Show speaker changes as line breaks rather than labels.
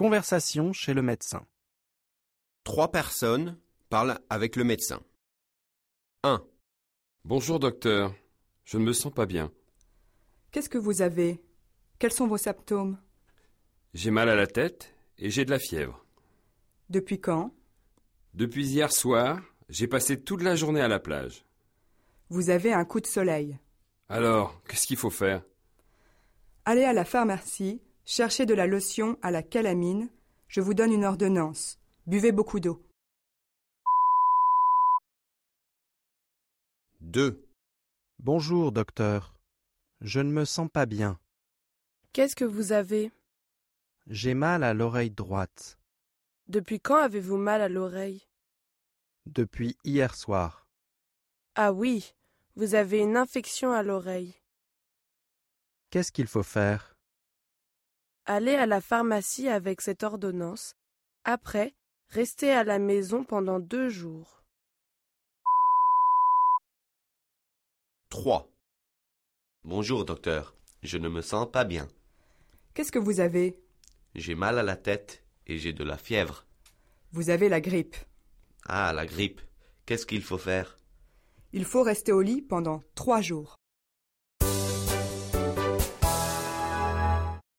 Conversation chez le médecin.
Trois personnes parlent avec le médecin. 1,
Bonjour docteur, je ne me sens pas bien.
Qu'est-ce que vous avez Quels sont vos symptômes
J'ai mal à la tête et j'ai de la fièvre.
Depuis quand
Depuis hier soir, j'ai passé toute la journée à la plage.
Vous avez un coup de soleil.
Alors, qu'est-ce qu'il faut faire
Allez à la pharmacie, cherchez de la lotion à la calamine. Je vous donne une ordonnance. Buvez beaucoup d'eau.
2,
Bonjour, docteur. Je ne me sens pas bien.
Qu'est-ce que vous avez
J'ai mal à l'oreille droite.
Depuis quand avez-vous mal à l'oreille
Depuis hier soir.
Ah oui, vous avez une infection à l'oreille.
Qu'est-ce qu'il faut faire
Allez à la pharmacie avec cette ordonnance. Après, restez à la maison pendant deux jours.
3,
Bonjour docteur, je ne me sens pas bien.
Qu'est-ce que vous avez
J'ai mal à la tête et j'ai de la fièvre.
Vous avez la grippe.
Ah, la grippe. Qu'est-ce qu'il faut faire
Il faut rester au lit pendant trois jours.